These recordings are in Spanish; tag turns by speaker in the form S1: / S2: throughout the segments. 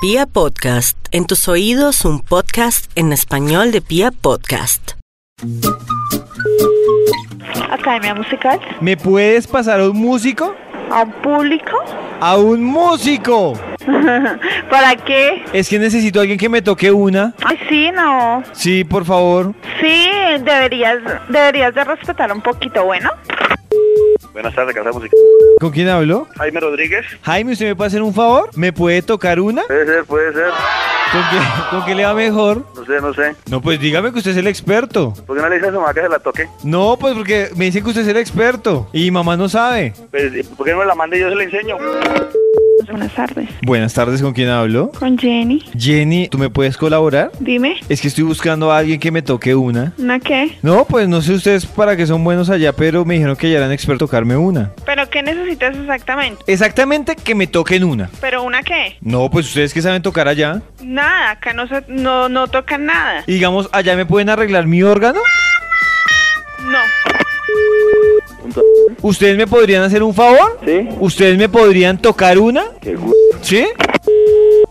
S1: Pia Podcast, en tus oídos un podcast en español de Pia Podcast.
S2: Academia Musical,
S3: ¿Me puedes pasar a un músico?
S2: a un público.
S3: ¡A un músico!
S2: ¿Para qué?
S3: Es que necesito a alguien que me toque una.
S2: Ay, sí, no.
S3: Sí, por favor.
S2: Sí, deberías, deberías de respetar un poquito, ¿bueno?
S4: Buenas tardes, Casa Música.
S3: ¿Con quién hablo?
S4: Jaime Rodríguez.
S3: Jaime, ¿usted me puede hacer un favor? ¿Me puede tocar una?
S4: Puede ser, puede ser.
S3: ¿Con qué, con qué le va mejor?
S4: No sé, no sé.
S3: No, pues dígame que usted es el experto.
S4: ¿Por qué no le dices a su mamá que se la toque?
S3: No, pues porque me dicen que usted es el experto. Y mi mamá no sabe.
S4: Pues, ¿por qué no me la manda y yo se la enseño?
S2: Buenas tardes.
S3: Buenas tardes, ¿con quién hablo?
S2: Con Jenny,
S3: Jenny, ¿tú me puedes colaborar?
S2: dime,
S3: Es que estoy buscando a alguien que me toque una.
S2: ¿una qué?
S3: No, pues no sé ustedes para qué son buenos allá, pero me dijeron que ya eran expertos tocarme una.
S2: ¿Pero qué necesitas exactamente?
S3: Exactamente que me toquen una.
S2: ¿Pero una qué?
S3: No, pues ustedes que saben tocar allá.
S2: Nada, acá no, se- no, no tocan nada.
S3: Y digamos, allá me pueden arreglar mi órgano.
S2: No.
S3: ¿Ustedes me podrían hacer un favor?
S5: Sí,
S3: ¿Ustedes me podrían tocar una?
S5: qué gu-
S3: ¿Sí?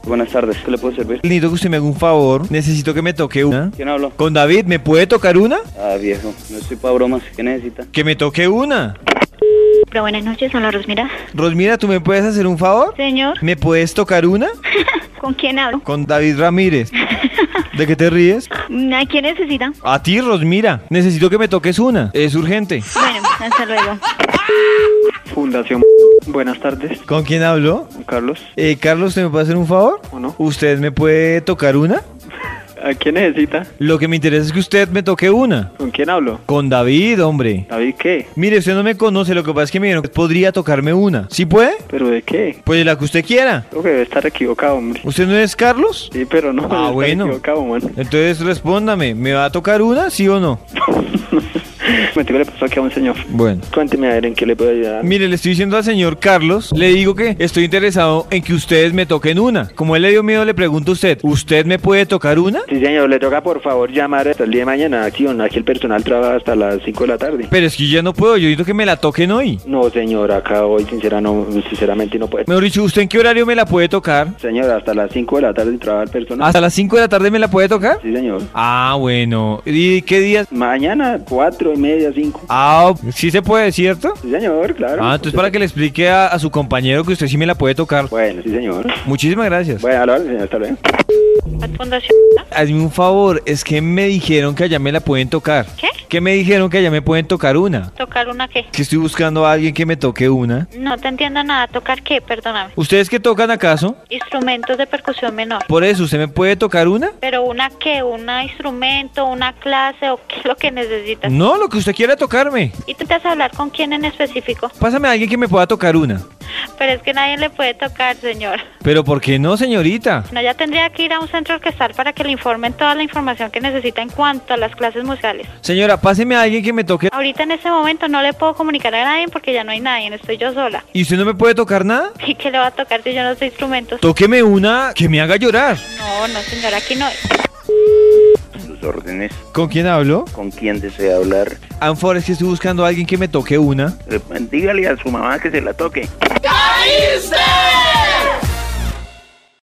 S5: Buenas tardes, ¿qué le puedo servir?
S3: Necesito que usted me haga un favor. Necesito que me toque una.
S5: ¿Quién habló?
S3: Con David, ¿me puede tocar una?
S5: Ah, viejo, no estoy para bromas, ¿qué necesita?
S3: Que me toque una.
S6: Pero buenas noches, son la Rosmira.
S3: Rosmira, ¿tú me puedes hacer un favor?
S6: Señor,
S3: ¿Me puedes tocar una?
S6: ¿con quién hablo?
S3: Con David Ramírez. ¿De qué te ríes?
S6: ¿A quién necesita?
S3: A ti, Rosmira. Necesito que me toques una. Es urgente.
S6: Bueno, hasta luego.
S7: Fundación. Buenas tardes,
S3: ¿Con quién hablo?
S7: Carlos.
S3: Eh, Carlos, ¿usted me puede hacer un favor?
S7: ¿O no?
S3: ¿Usted me puede tocar una?
S7: ¿A quién necesita?
S3: Lo que me interesa es que usted me toque una.
S7: ¿Con quién hablo?
S3: Con David, hombre.
S7: ¿David qué?
S3: Mire, usted no me conoce, lo que pasa es que me dijeron que podría tocarme una. ¿Sí puede?
S7: ¿Pero de qué?
S3: Pues de la que usted quiera.
S7: Creo que debe estar equivocado, hombre.
S3: ¿Usted no es Carlos?
S7: Sí, pero no. debe
S3: Ah,
S7: estar
S3: bueno.
S7: equivocado, man.
S3: Entonces respóndame, ¿me va a tocar una, sí o no?
S7: Me que le pasó aquí a un señor.
S3: Bueno.
S7: Cuénteme a ver en qué le puedo ayudar.
S3: Mire, le estoy diciendo al señor Carlos, le digo que estoy interesado en que ustedes me toquen una. Como él le dio miedo, le pregunto a usted, ¿usted me puede tocar una?
S7: Sí, señor, le toca por favor llamar hasta el día de mañana. Acción, aquí el personal trabaja hasta las 5 de la tarde.
S3: Pero es que yo ya no puedo, yo necesito que me la toquen hoy.
S7: No, señor, acá hoy sincera, no, sinceramente no puede.
S3: Mejor dicho, ¿usted en qué horario me la puede tocar?
S7: Señor, hasta las 5 de la tarde trabaja el personal.
S3: ¿Hasta las 5 de la tarde me la puede tocar?
S7: Sí, señor.
S3: Ah, bueno. ¿Y qué días?
S7: Mañana, cuatro y media, 5.
S3: Ah, sí se puede, ¿cierto?
S7: Sí, señor, claro.
S3: Ah, entonces para que le explique a, a su compañero que usted sí me la puede tocar.
S7: Bueno, sí, señor.
S3: Muchísimas gracias.
S7: Bueno, a la hora, señor, hasta luego.
S2: Fundación.
S3: Hazme un favor, es que me dijeron que allá me la pueden tocar.
S6: ¿Qué?
S3: Que me dijeron que allá me pueden tocar una.
S6: ¿Tocar una qué?
S3: Es Que estoy buscando a alguien que me toque una.
S6: No te entiendo nada. ¿Tocar qué? Perdóname.
S3: ¿Ustedes que tocan acaso?
S6: Instrumentos de percusión menor.
S3: Por eso, ¿usted me puede tocar una?
S6: ¿Pero una qué? ¿Una instrumento? ¿Una clase? ¿O qué es lo que necesitas?
S3: No, lo que usted quiera tocarme.
S6: ¿Y tú te vas a hablar con quién en específico?
S3: Pásame a alguien que me pueda tocar una.
S6: Pero es que nadie le puede tocar, señor.
S3: Pero ¿por qué no, señorita?
S6: No, ya tendría que ir a un centro orquestal para que le informen toda la información que necesita en cuanto a las clases musicales.
S3: Señora, páseme a alguien que me toque.
S6: Ahorita en este momento no le puedo comunicar a nadie porque ya no hay nadie, estoy yo sola.
S3: ¿Y usted no me puede tocar nada?
S6: ¿Y qué le va a tocar si yo no sé instrumentos?
S3: Tóqueme una que me haga llorar.
S6: No, no, señora, aquí no.
S5: Sus órdenes,
S3: ¿Con quién hablo?
S5: ¿con quién desea hablar? Eh,
S3: Anfor, es que estoy buscando a alguien que me toque una.
S5: Dígale a su mamá que se la toque.
S8: ¡Caíste!